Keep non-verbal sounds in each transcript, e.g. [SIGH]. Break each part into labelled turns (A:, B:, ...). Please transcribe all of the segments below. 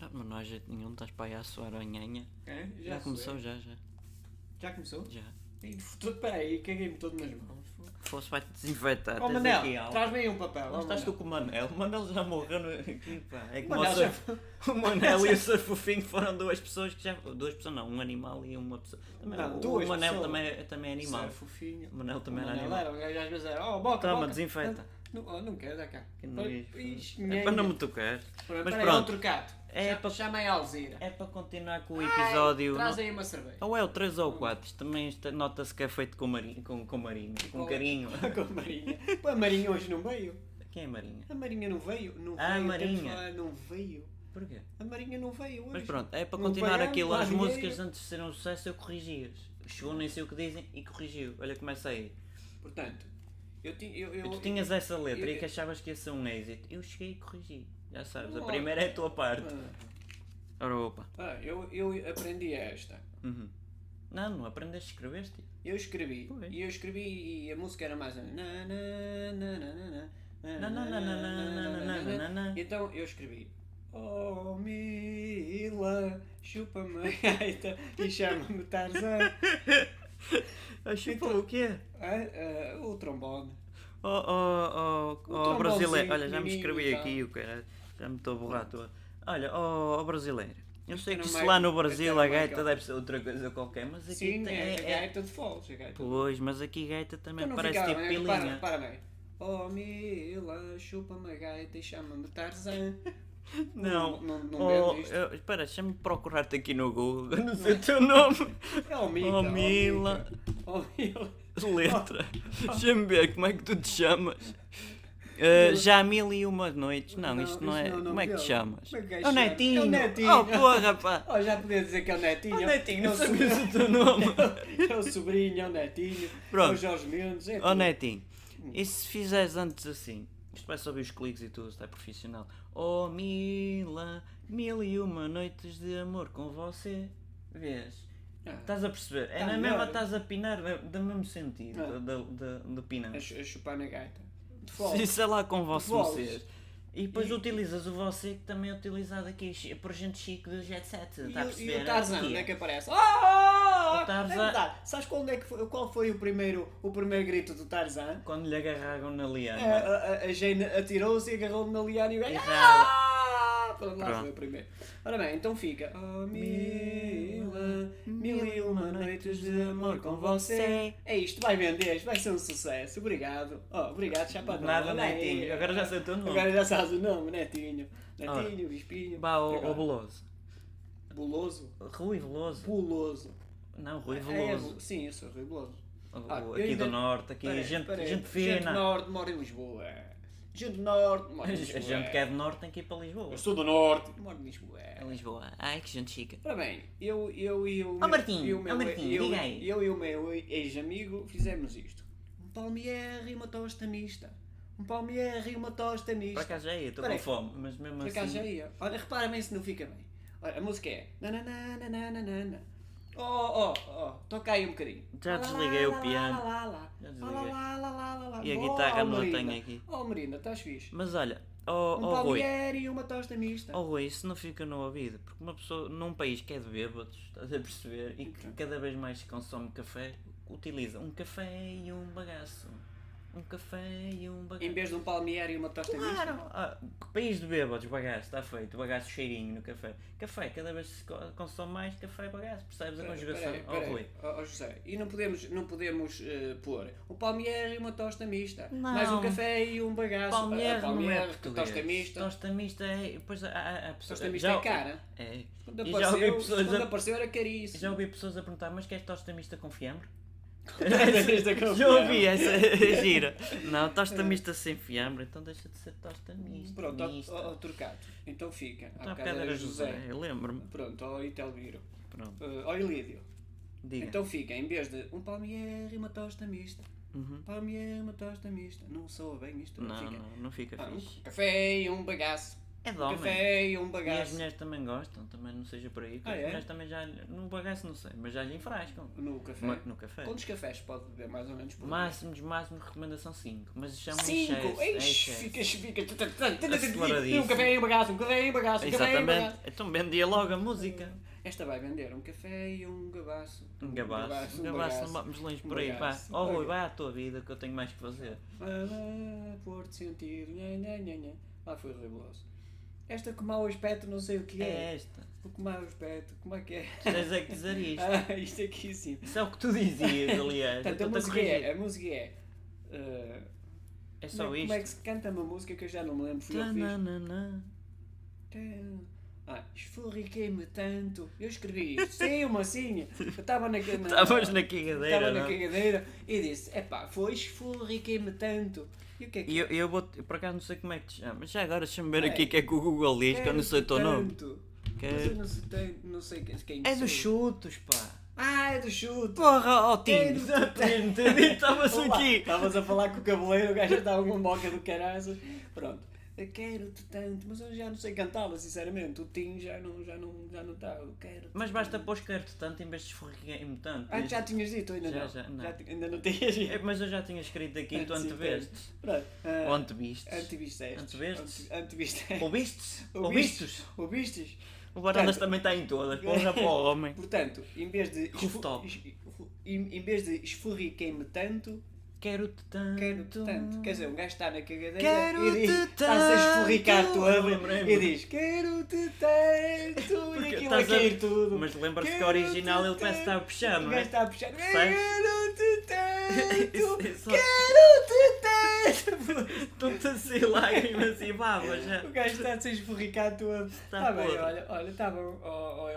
A: Ah, mas não há jeito nenhum, estás para aí a soar a nhanha.
B: É?
A: Já, começou,
B: suei.
A: já, já.
B: Já começou?
A: Já. [LAUGHS]
B: Ih, foda-se, Peraí, caguei-me todo nas mãos. foda-se.
A: Fosse vai te desinfetar.
B: Ó
A: tens
B: Manel,
A: aqui algo.
B: traz-me aí um papel. ó,
A: Lá Oh, estás tu
B: Manel.
A: com o Manel. O Manel já morreu no. Pá, É
B: [LAUGHS]
A: como
B: Manel
A: o,
B: já-
A: surf... [LAUGHS] o Manel e o Sr. Fofinho foram duas pessoas que já. Duas pessoas não, um animal e uma pessoa. Também,
B: Não,
A: o-
B: duas
A: o Manel
B: pessoas.
A: também, é- também é
B: Isso
A: animal.
B: é fofinho.
A: O Manel também
B: O
A: era
B: Manel
A: animal.
B: era, o gajo às vezes era, oh, boca,
A: Toma,
B: boca.
A: desinfeta.
B: Não, oh, não quero, dá cá.
A: Que não
B: Olha,
A: ias
B: ixi,
A: fazer.
B: nhanha.
A: É para não me tocar.
B: Pronto,
A: Mas
B: peraí,
A: pronto.
B: outro gato.
A: É
B: É,
A: para-
B: Chamem a Alzira.
A: É para continuar com o
B: Ai,
A: episódio.
B: Traz
A: não-
B: aí uma cerveja.
A: Ou é o 3 ou o 4. Isto também está- nota-se que é feito com marinho. Com, com marinho. Com
B: Com-
A: carinho.
B: [LAUGHS] Com a Marinha. Pô, a Marinha hoje não veio.
A: Quem é marinha?
B: A Marinha não veio. Não
A: Ah,
B: veio. tenho
A: Marinha.
B: que falar, Não veio.
A: Porquê?
B: A Marinha não veio hoje.
A: Mas pronto, é para
B: Não
A: continuar
B: pagamos,
A: aquilo.
B: não há
A: As
B: dinheiro.
A: músicas antes de serem um sucesso eu corrigi-as. Chegou, nem sei o que dizem e corrigiu. Olha, começa aí.
B: Portanto, eu tinha. Eu,
A: E
B: eu,
A: tu tinhas essa letra
B: eu-
A: e que achavas que ia ser um êxito. Eu cheguei e corrigi. Já sabes, a
B: Não.
A: primeira é a tua parte.
B: Ah,
A: Ora, opa.
B: ah, eu, eu aprendi esta.
A: Uhum. Não, não aprendeste, escreveste.
B: Eu escrevi.
A: Pois.
B: E eu escrevi e a música era mais. Na, na, na, na, na, na, na,
A: Na, na, na, na, na, na, na, na, na, na, na.
B: Então eu escrevi. Oh Mila, chupa-me [LAUGHS] a gaita e chama-me Tarzan.
A: Achei
B: Então-
A: o quê?
B: Ah, ah, o trombone.
A: Oh, oh, oh, oh
B: Um
A: brasileiro.
B: trombozinho
A: Olha, já me escrevi
B: pequenininho
A: aqui,
B: e
A: o cara. Já me estou a borrar toda. Olha, oh, oh brasileiro. Eu sei
B: Era
A: que isso
B: mais-
A: lá no Brasil
B: era
A: a
B: mais
A: gaita
B: aquela-
A: deve ser outra coisa qualquer, mas aqui
B: Sim,
A: tem-
B: é,
A: é-
B: a
A: é-
B: gaita de foles. A gaita.
A: Pois, mas aqui gaita também
B: Então não
A: parece
B: ficava
A: tipo
B: bem,
A: pilinha.
B: Para, para bem. Oh Mila, chupa-me a gaita e chama-me Tarzan.
A: Não.
B: Não,
A: Oh,
B: não, não vendo isto.
A: eu- espera, deixa-me procurar-te aqui no Google. [LAUGHS] Eu não sei o teu nome.
B: [LAUGHS] É o Mila.
A: Oh, Mila.
B: Oh Mila.
A: Letra.
B: Oh,
A: Deixa-me ver como é que tu te chamas. Uh, já há mil e uma noites. Não,
B: Não,
A: isto não
B: isto
A: é.
B: não é o nome
A: como é que te
B: dele.
A: chamas?
B: Como é que é
A: É o
B: chamado?
A: Netinho.
B: É o Netinho.
A: Oh, porra, pá.
B: [LAUGHS] Oh, já podia dizer que é o Netinho.
A: Oh, Netinho,
B: é
A: não
B: o
A: sabias
B: sobrinho.
A: o teu nome.
B: [LAUGHS] É o sobrinho, é o Netinho.
A: Pronto.
B: É o Jorge Mendes. É
A: Oh,
B: tudo. Hum.
A: Netinho. E se fizeres antes assim? Isto vai subir os cliques e tudo, está profissional. Oh, Mila, mil e uma noites de amor com você. Vês?
B: Ah,
A: Estás a perceber? É
B: Tá
A: na
B: melhor.
A: mesma, estás a pinar da- do mesmo sentido,
B: Ah.
A: da- da- do
B: a,
A: pinando.
B: chu- a chupar na gaita. De
A: Sim,
B: foles.
A: sei lá com vosso
B: Voz.
A: vocês. E depois
B: E-
A: utilizas o você que também é utilizado aqui chi- por gente chique do Jet Set.
B: E,
A: Está tá a
B: o- e
A: perceber?
B: o Tarzan,
A: Aqui
B: onde
A: é.
B: é que aparece? Ah!
A: O Tarzan-
B: É verdade. Sabes quando é que foi- qual foi o primeiro, o primeiro grito do Tarzan?
A: Quando lhe agarraram na
B: É, A,
A: liana.
B: a, a Jane atirou-se e agarrou-me na liana e o
A: É,
B: gajo.
A: né? Exato.
B: "Ah!" Pronto, lá
A: Pronto.
B: foi o primeiro. Ora bem, então fica. Oh, Mila, mil e uma noites de amor com você. É isto, vai vender, isto vai ser um sucesso. Obrigado. Oh, obrigado, chapa de
A: Nada,
B: bola.
A: Netinho. Agora já sei o teu nome.
B: Agora já sabes o nome, Netinho. Netinho, Bispinho.
A: Bah, o,
B: Agora,
A: o Veloso.
B: Buloso.
A: Rui Veloso.
B: Buloso.
A: Não, Rui
B: É, é,
A: Veloso.
B: sim, eu sou Rui Veloso.
A: O- o-
B: Ah, eu
A: aqui
B: ainda-
A: do Norte, aqui
B: Peraí,
A: gente,
B: peraí.
A: gente
B: Gente do
A: fina.
B: Norte mora em Lisboa. Gente do Norte mora
A: A
B: em
A: gente
B: Lisboa.
A: que é do Norte tem que ir para Lisboa.
B: Eu sou do Norte. Moro em Lisboa.
A: É Lisboa. Ai, que gente chica.
B: Ora bem, eu, eu e o.
A: Ó, Martim,
B: eu,
A: ó, Martim,
B: eu,
A: diga aí.
B: eu e o meu ex-amigo fizemos isto: um palmier e uma tosta mista. Um palmier e uma tosta
A: Por
B: mista.
A: acaso já ia, estou com
B: Peraí.
A: fome, mas mesmo
B: é. Por acaso já
A: assim.
B: ia. Olha, repara bem se não fica bem. Olha, a música é. Nananana. Oh, oh, oh, toca aí um bocadinho.
A: Já desliguei o piano.
B: Lá, lá, lá,
A: Já
B: lá, lá,
A: desliguei.
B: lá, lá, lá, lá, lá.
A: E a
B: Boa,
A: guitarra não a
B: Almerina.
A: tenho aqui.
B: Oh, Marina, estás fixe.
A: Mas olha, ó
B: Um
A: ó, Rui,
B: palmier e uma tosta mista.
A: ó, Rui, isso não fica no ouvido, porque uma pessoa num país que é de bêbados, estás a perceber, e que
B: Então.
A: cada vez mais se consome café, utiliza um café e um bagaço. Um café e um bagaço.
B: Em vez de um palmier e uma tosta mista.
A: Claro! Ah, que país de bêbados, bagaço, está feito, bagaço cheirinho no café. Café, cada vez se co- consome mais café e bagaço, percebes a conjugação?
B: Peraí,
A: Ó
B: peraí.
A: Rui.
B: Ó, ó, Oh, José, e não podemos, não podemos eh, pôr um palmier e uma tosta mista,
A: Não.
B: mais um café e um bagaço.
A: Palmier,
B: Ah,
A: não é
B: palmier
A: português.
B: tosta mista.
A: Tosta mista é. Depois há, há, há pessoas.
B: Tosta mista
A: já-
B: é cara.
A: É.
B: Quando
A: E já ouvi
B: apareceu,
A: pessoas
B: quando
A: a-
B: apareceu era caríssimo.
A: Já ouvi pessoas a perguntar, mas queres tosta mista com fiambre?
B: [LAUGHS]
A: [LAUGHS]
B: Tosta mista com
A: Já ouvi
B: fiambre.
A: essa gira. Não, tosta mista sem fiambre, então deixa de ser tosta mista.
B: Pronto, ó,
A: mista.
B: ó, ó, trocado. Então fica.
A: Tá,
B: Há
A: a pedra
B: bocado era José.
A: eu lembro-me.
B: Pronto, ó Itelmiro.
A: Pronto,
B: Uh, ó Ilídio.
A: diga.
B: Então fica, em vez de um palmier e uma tosta mista, um
A: Uhum.
B: palmier e uma tosta mista. Não soa bem isto?
A: Não,
B: então fica.
A: não, não fica
B: Ah,
A: fixe.
B: um café e um bagaço.
A: É de
B: Um
A: homem.
B: café e um
A: E as
B: bagaço.
A: mulheres também gostam, também não seja por aí, que
B: Ah,
A: as
B: é?
A: mulheres também já. lhe- No bagaço não sei, mas já lhe enfrascam.
B: No café.
A: Ma- No café.
B: Quantos cafés pode beber, mais ou menos? por dia?
A: Máximos, máximo, recomendação 5. Mas chama
B: Cinco!
A: excesso. é
B: Eixe,
A: excesso.
B: fica, fica. tu- tu- tu- tu- tu- tu-
A: Aceleradíssimo.
B: Um café e um bagaço, um café e um bagaço, um café e um bagaço.
A: Exatamente. Então vendia logo a música.
B: Esta vai vender um café e um gabaço.
A: Um gabaço. Um gabaço, não vamos longe
B: um
A: por aí, vá.
B: bagaço, um
A: Oh, Rui,
B: bagaço.
A: vai à tua vida que eu tenho mais que fazer.
B: Ah, Porto Sentido, nha, nha, nha, nha. Lá foi ribuloso. Esta com mau aspecto, não sei o que é.
A: É esta.
B: O que mau aspecto, como é que é?
A: Tu tens é que dizer isto.
B: [LAUGHS] Ah, isto aqui sim.
A: Isso é o que tu dizias, aliás. Eu
B: Portanto, a
A: estou-te a
B: música é.
A: corrigir.
B: A música é. ah,
A: É só
B: como é, Como é que
A: isto.
B: se canta uma música que eu já não me lembro? Fui eu que fiz.
A: Tananana.
B: Ah, esforriquei-me tanto. Eu escrevi isto. Sim, mocinha. Eu
A: [LAUGHS]
B: estava na cama.
A: Estavas na
B: Estava
A: quingadeira,
B: na
A: não? é?
B: cagadeira e disse: Epá, foi esforriquei-me tanto. E o que é que
A: E eu, eu vou, eu por acaso não sei como é que te chamas. Já agora deixa-me ver
B: É.
A: aqui o que é que o Google diz, que eu não sei o teu nome.
B: tanto?
A: Que
B: Mas eu
A: é-
B: não sei, tem- não sei quem- quem
A: É
B: sou.
A: dos chutos, pá. É
B: Ah, é do chute.
A: Porra, ó
B: Quem
A: Tim.
B: nos- [LAUGHS]
A: Estavas
B: Olá,
A: aqui.
B: Estavas a falar com o cabeleiro, o gajo estava uma boca do caralho. Pronto. Eu Quero-te tanto, mas eu já não sei cantá-la, sinceramente. O Tim já não está. Já não, já não tá. Eu quero
A: Mas basta pôr escrever-te tanto em vez de esforreguei-me tanto.
B: Ah, já tinhas dito, ainda
A: Já,
B: não.
A: já, não.
B: ti- ainda não tinhas
A: É,
B: dito.
A: Mas eu já tinha escrito aqui e tu anteveste.
B: Pronto.
A: Ou
B: ah,
A: anteviste.
B: Antivistes.
A: Antivistes?
B: Anti- Antivistes.
A: Ouvistes?
B: Ouvistes?
A: Ouvistes?
B: Ouvistes?
A: O Barandas
B: Portanto-
A: também está em todas. Porra
B: [LAUGHS]
A: para o homem.
B: Portanto, em vez de. esfo-
A: Rooftop.
B: es- Em em vez de esforriquei-me tanto,
A: Quero-te tanto.
B: quero-te tanto. Quer dizer, um gajo está na cagadeira
A: Quero-te
B: e diz: estás a esforricar
A: tanto."
B: todo
A: Lembrei-me.
B: e diz: quero-te tanto
A: Porque
B: e aquilo a
A: estás a-
B: cair tudo.
A: Mas lembra-se que o
B: Quero-te
A: original ele parece estar a puxar,
B: O
A: não
B: gajo
A: é? [LAUGHS]
B: está a puxar.
A: Percebes? [LAUGHS]
B: Quero-te tanto!
A: Isso é só-
B: Quero-te tanto!
A: [LAUGHS] Estão-te assim lágrimas e babas Ah, já.
B: O gajo está a ser esforricado todo. Está bem,
A: podre.
B: olha, olha, está bom. Ó, ó, ó,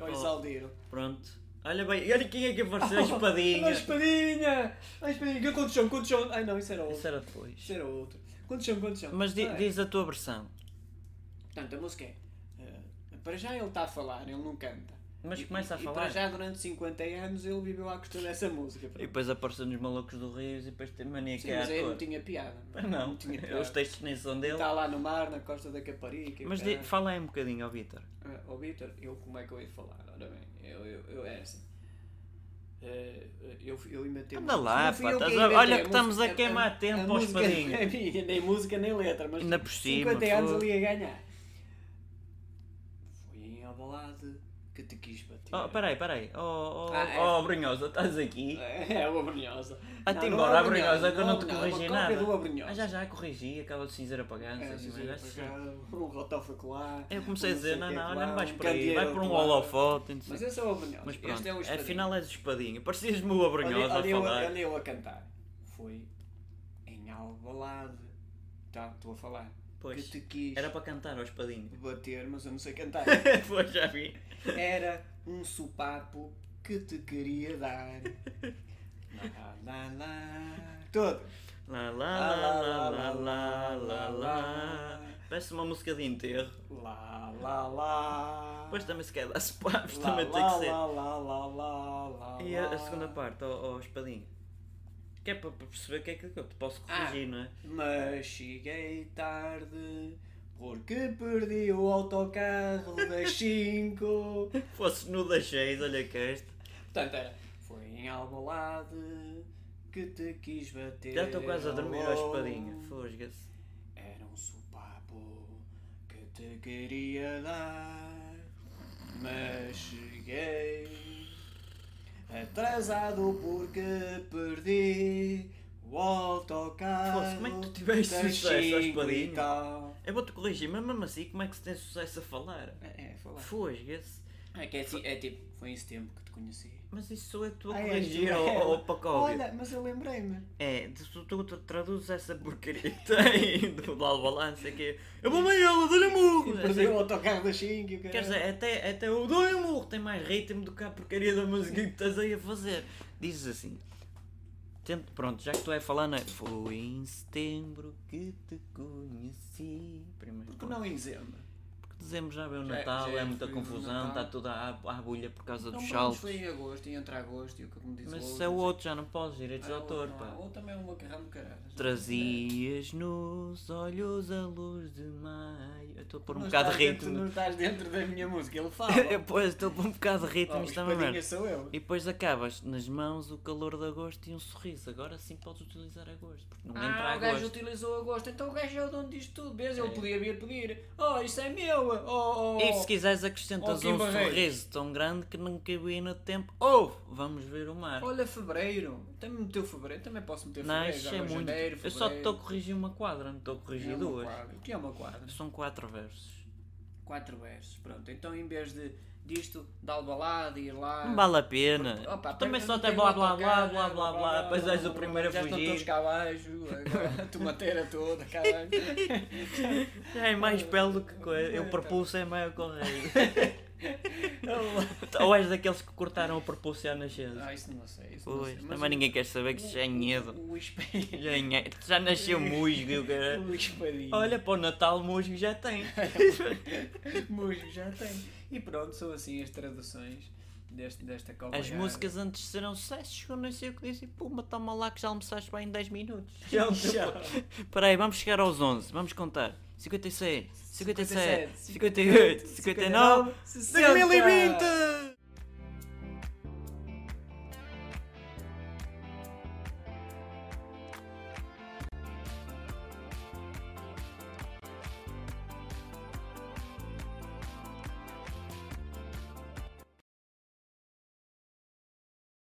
B: ó, Isaldiro.
A: Pronto. Olha bem, olha quem é que apareceu,
B: [LAUGHS]
A: a espadinha.
B: A espadinha! A espadinha! Quantos são? Quantos são? Ai não, isso era
A: Isso
B: outro.
A: era depois.
B: Isso era outro. Quantos são? Quantos são?
A: Mas di-
B: Ah, é.
A: diz a tua versão.
B: Portanto, a música é. eh, para já ele está a falar, ele não canta.
A: Mas
B: E-
A: começa a
B: e-
A: falar.
B: E para já durante 50 anos ele viveu à custa dessa música.
A: E depois apareceu-nos malucos do Rio e depois tem mania que
B: Sim,
A: é
B: mas aí não
A: ator.
B: tinha piada.
A: Pois Não,
B: tinha
A: os
B: piada. Tá, tipo,
A: textos nem são dele.
B: Está lá no mar, na costa da Caparica. e
A: Mas
B: caralho.
A: di- fala aí um bocadinho ao Vitor.
B: Ah, Ó Vitor, eu como é que eu ia falar? Ora bem, eu, eu, eu é assim. Eh, eu, eu inventei
A: Anda
B: música.
A: lá,
B: Não fui
A: pá,
B: eu
A: estás
B: quem
A: a-
B: inventei
A: olha que
B: música.
A: estamos a queimar tempo aos
B: música
A: padinhos.
B: não é minha, [LAUGHS] nem música nem letra, mas
A: Ainda por cima,
B: 50 anos
A: fogo.
B: ali a ganhar. Foi em Alvalade que te quis bater.
A: Oh, peraí, peraí. Oh, oh,
B: Ah, é.
A: oh, Brunhosa, estás aqui?
B: É o Abrinhosa.
A: Até embora, a Brunhosa, que eu
B: agora
A: não te corrigi nada.
B: do
A: Ah,
B: Abrinhosa.
A: já, já, corrigi, acaba de cinzer a pagar, não
B: É,
A: sei
B: sim,
A: se
B: sim,
A: mas
B: por
A: acho-
B: acaso, um rotófago lá.
A: Eu comecei a
B: um
A: dizer,
B: sei
A: não,
B: quê
A: não,
B: que
A: olha,
B: lá,
A: não vais
B: um
A: por aí, vai
B: candeeiro
A: por um
B: que lá.
A: holofote, não sei.
B: Mas esse é o Abrinhosa.
A: Mas pronto,
B: este é o Espadinha.
A: afinal és o espadinho. Parecias-me o Abrunhosa a
B: Olha- olha eu-
A: falar.
B: olha eu a cantar. Foi em Alvalade. Tá, estou a falar.
A: Pois,
B: Que te quis
A: era para cantar ao [LAUGHS] espadinho.
B: bater, mas eu não
A: [LAUGHS]
B: sei cantar.
A: pois, já vi.
B: Era um sopapo que te queria dar. Lá, lá, lá. Todo.
A: Lá, lá, lá, lá, lá, lá, lá, lá. Parece uma música de enterro.
B: Lá, lá, lá.
A: Depois também se quer dar sepapos,
B: Lá,
A: também tem
B: lá,
A: que ser.
B: lá, lá, lá, lá, lá,
A: E a, a
B: lá.
A: segunda parte, ó, ó espadinho. Que é para para perceber o que é que eu te posso
B: Ah.
A: corrigir, não é?
B: Mas cheguei tarde porque perdi o autocarro das 5.
A: Fosse no das 6, olha que é este.
B: Portanto, era. Foi em Albalade que te quis bater.
A: Já estou quase a dormir ao
B: alô.
A: espadinho, fosga-se.
B: Era um sopapo que te queria dar, mas cheguei atrasado porque perdi o
A: Fosse,
B: autocarro.
A: como é que tu tiveste
B: das
A: sucesso aos
B: cinco e
A: padinhos?
B: tal.
A: Eu vou-te corrigir, mas mesmo assim, como é que se tem sucesso a falar?
B: É, é, foi lá.
A: Fosga-se.
B: É, que é, ti- é tipo, foi em setembro que te conheci.
A: Mas isso sou eu tu a
B: Ah, é,
A: corrigir,
B: tu-
A: ó,
B: é.
A: ó, ó pacote.
B: Olha, mas eu lembrei-me.
A: É, tu, tu, tu, tu traduzes essa porcaria que tem do do Albalance aqui. é, Eu vou meio ela, dou-lhe um murro!
B: Perdi o autocarro das 5 e o
A: Quer
B: caralho.
A: dizer, até, até o dou-lhe um murro tem mais ritmo do que a porcaria da música que estás aí a fazer. Dizes assim. Tento, pronto, já que tu é falar, não é? Foi em setembro que te conheci. Primeiro
B: Porque
A: ponto.
B: não é em dezembro?
A: Porque dezembro já vem o
B: Já-
A: Natal,
B: já
A: é muita
B: foi o
A: confusão,
B: Natal.
A: está tudo à, à bolha por causa
B: Não,
A: dos
B: Então, pronto,
A: saltos.
B: foi em agosto e entre agosto e o que me diz o
A: Mas
B: outro,
A: isso é o
B: não sei
A: outro, já não podes, direitos de
B: Ah,
A: autor,
B: não,
A: pá.
B: Ou também um macarrão do caralho.
A: Trazias nos olhos a luz de maio. Eu estou a pôr um
B: Não
A: bocado de
B: estás dentro-
A: ritmo.
B: Não estás dentro da minha música, ele
A: [LAUGHS]
B: fala.
A: Eu, Pois, estou a pôr um bocado de
B: oh,
A: ritmo,
B: o
A: isto é uma merda.
B: espadinha sou eu.
A: E depois acabas nas mãos o calor de agosto e um sorriso. Agora sim podes utilizar agosto, porque não entra
B: Ah, o gajo
A: agosto.
B: utilizou a gosto, então o gajo é o dono disto tudo, vês? Ele
A: É.
B: podia vir pedir, oh, isso é meu, oh, oh.
A: E se quiseres acrescentas
B: Oh, Kim
A: um
B: Barreiros.
A: sorriso tão grande que não cabia no tempo. Ou vamos ver o mar.
B: Olha, fevereiro, também meteu fevereiro, também posso meter
A: Não,
B: fevereiro,
A: isso
B: já
A: é
B: vai
A: muito.
B: janeiro,
A: Eu só te estou a
B: fevereiro.
A: corrigir uma quadra, não estou a
B: É
A: corrigir
B: uma
A: duas.
B: quadra. O que é uma quadra?
A: São quatro versos.
B: Quatro versos, pronto. Então em vez de disto, dá o balado, ir lá.
A: Não vale a pena.
B: Opa,
A: Tu Um também
B: eu
A: só
B: não
A: até
B: tenho
A: blá blá blá
B: autocarro,
A: blá blá blá. Depois és o primeiro a
B: Já estão todos
A: fugir.
B: cá abaixo, agora a tomateira
A: [LAUGHS]
B: toda, caralho.
A: Já é mais pele do que coisa. Eu propulso é meio correio.
B: [LAUGHS]
A: Ou és daqueles que cortaram o propulso à nascença.
B: ah, isso não sei. Isso não sei.
A: Pois,
B: Mas
A: também
B: o-
A: ninguém quer saber que isso já é
B: o-
A: nhedo.
B: O espelho.
A: Já, é nhe- já
B: [LAUGHS]
A: nasceu musgo e o cara.
B: O espelhinho.
A: É. Olha, para o Natal musgo já
B: [LAUGHS]
A: tem.
B: Musgo já tem. E pronto, são assim as traduções deste, desta copa.
A: As
B: [LAUGHS]
A: músicas antes de serão sucessos, eu não sei o que disse. Puma, toma lá que já almoçaste bem em 10
B: [LAUGHS]
A: minutos. Já
B: Tchau.
A: Espera aí, vamos chegar aos 11. Vamos contar. 56, 57,
B: 57,
A: 58, 59,
B: 60.
A: 2020!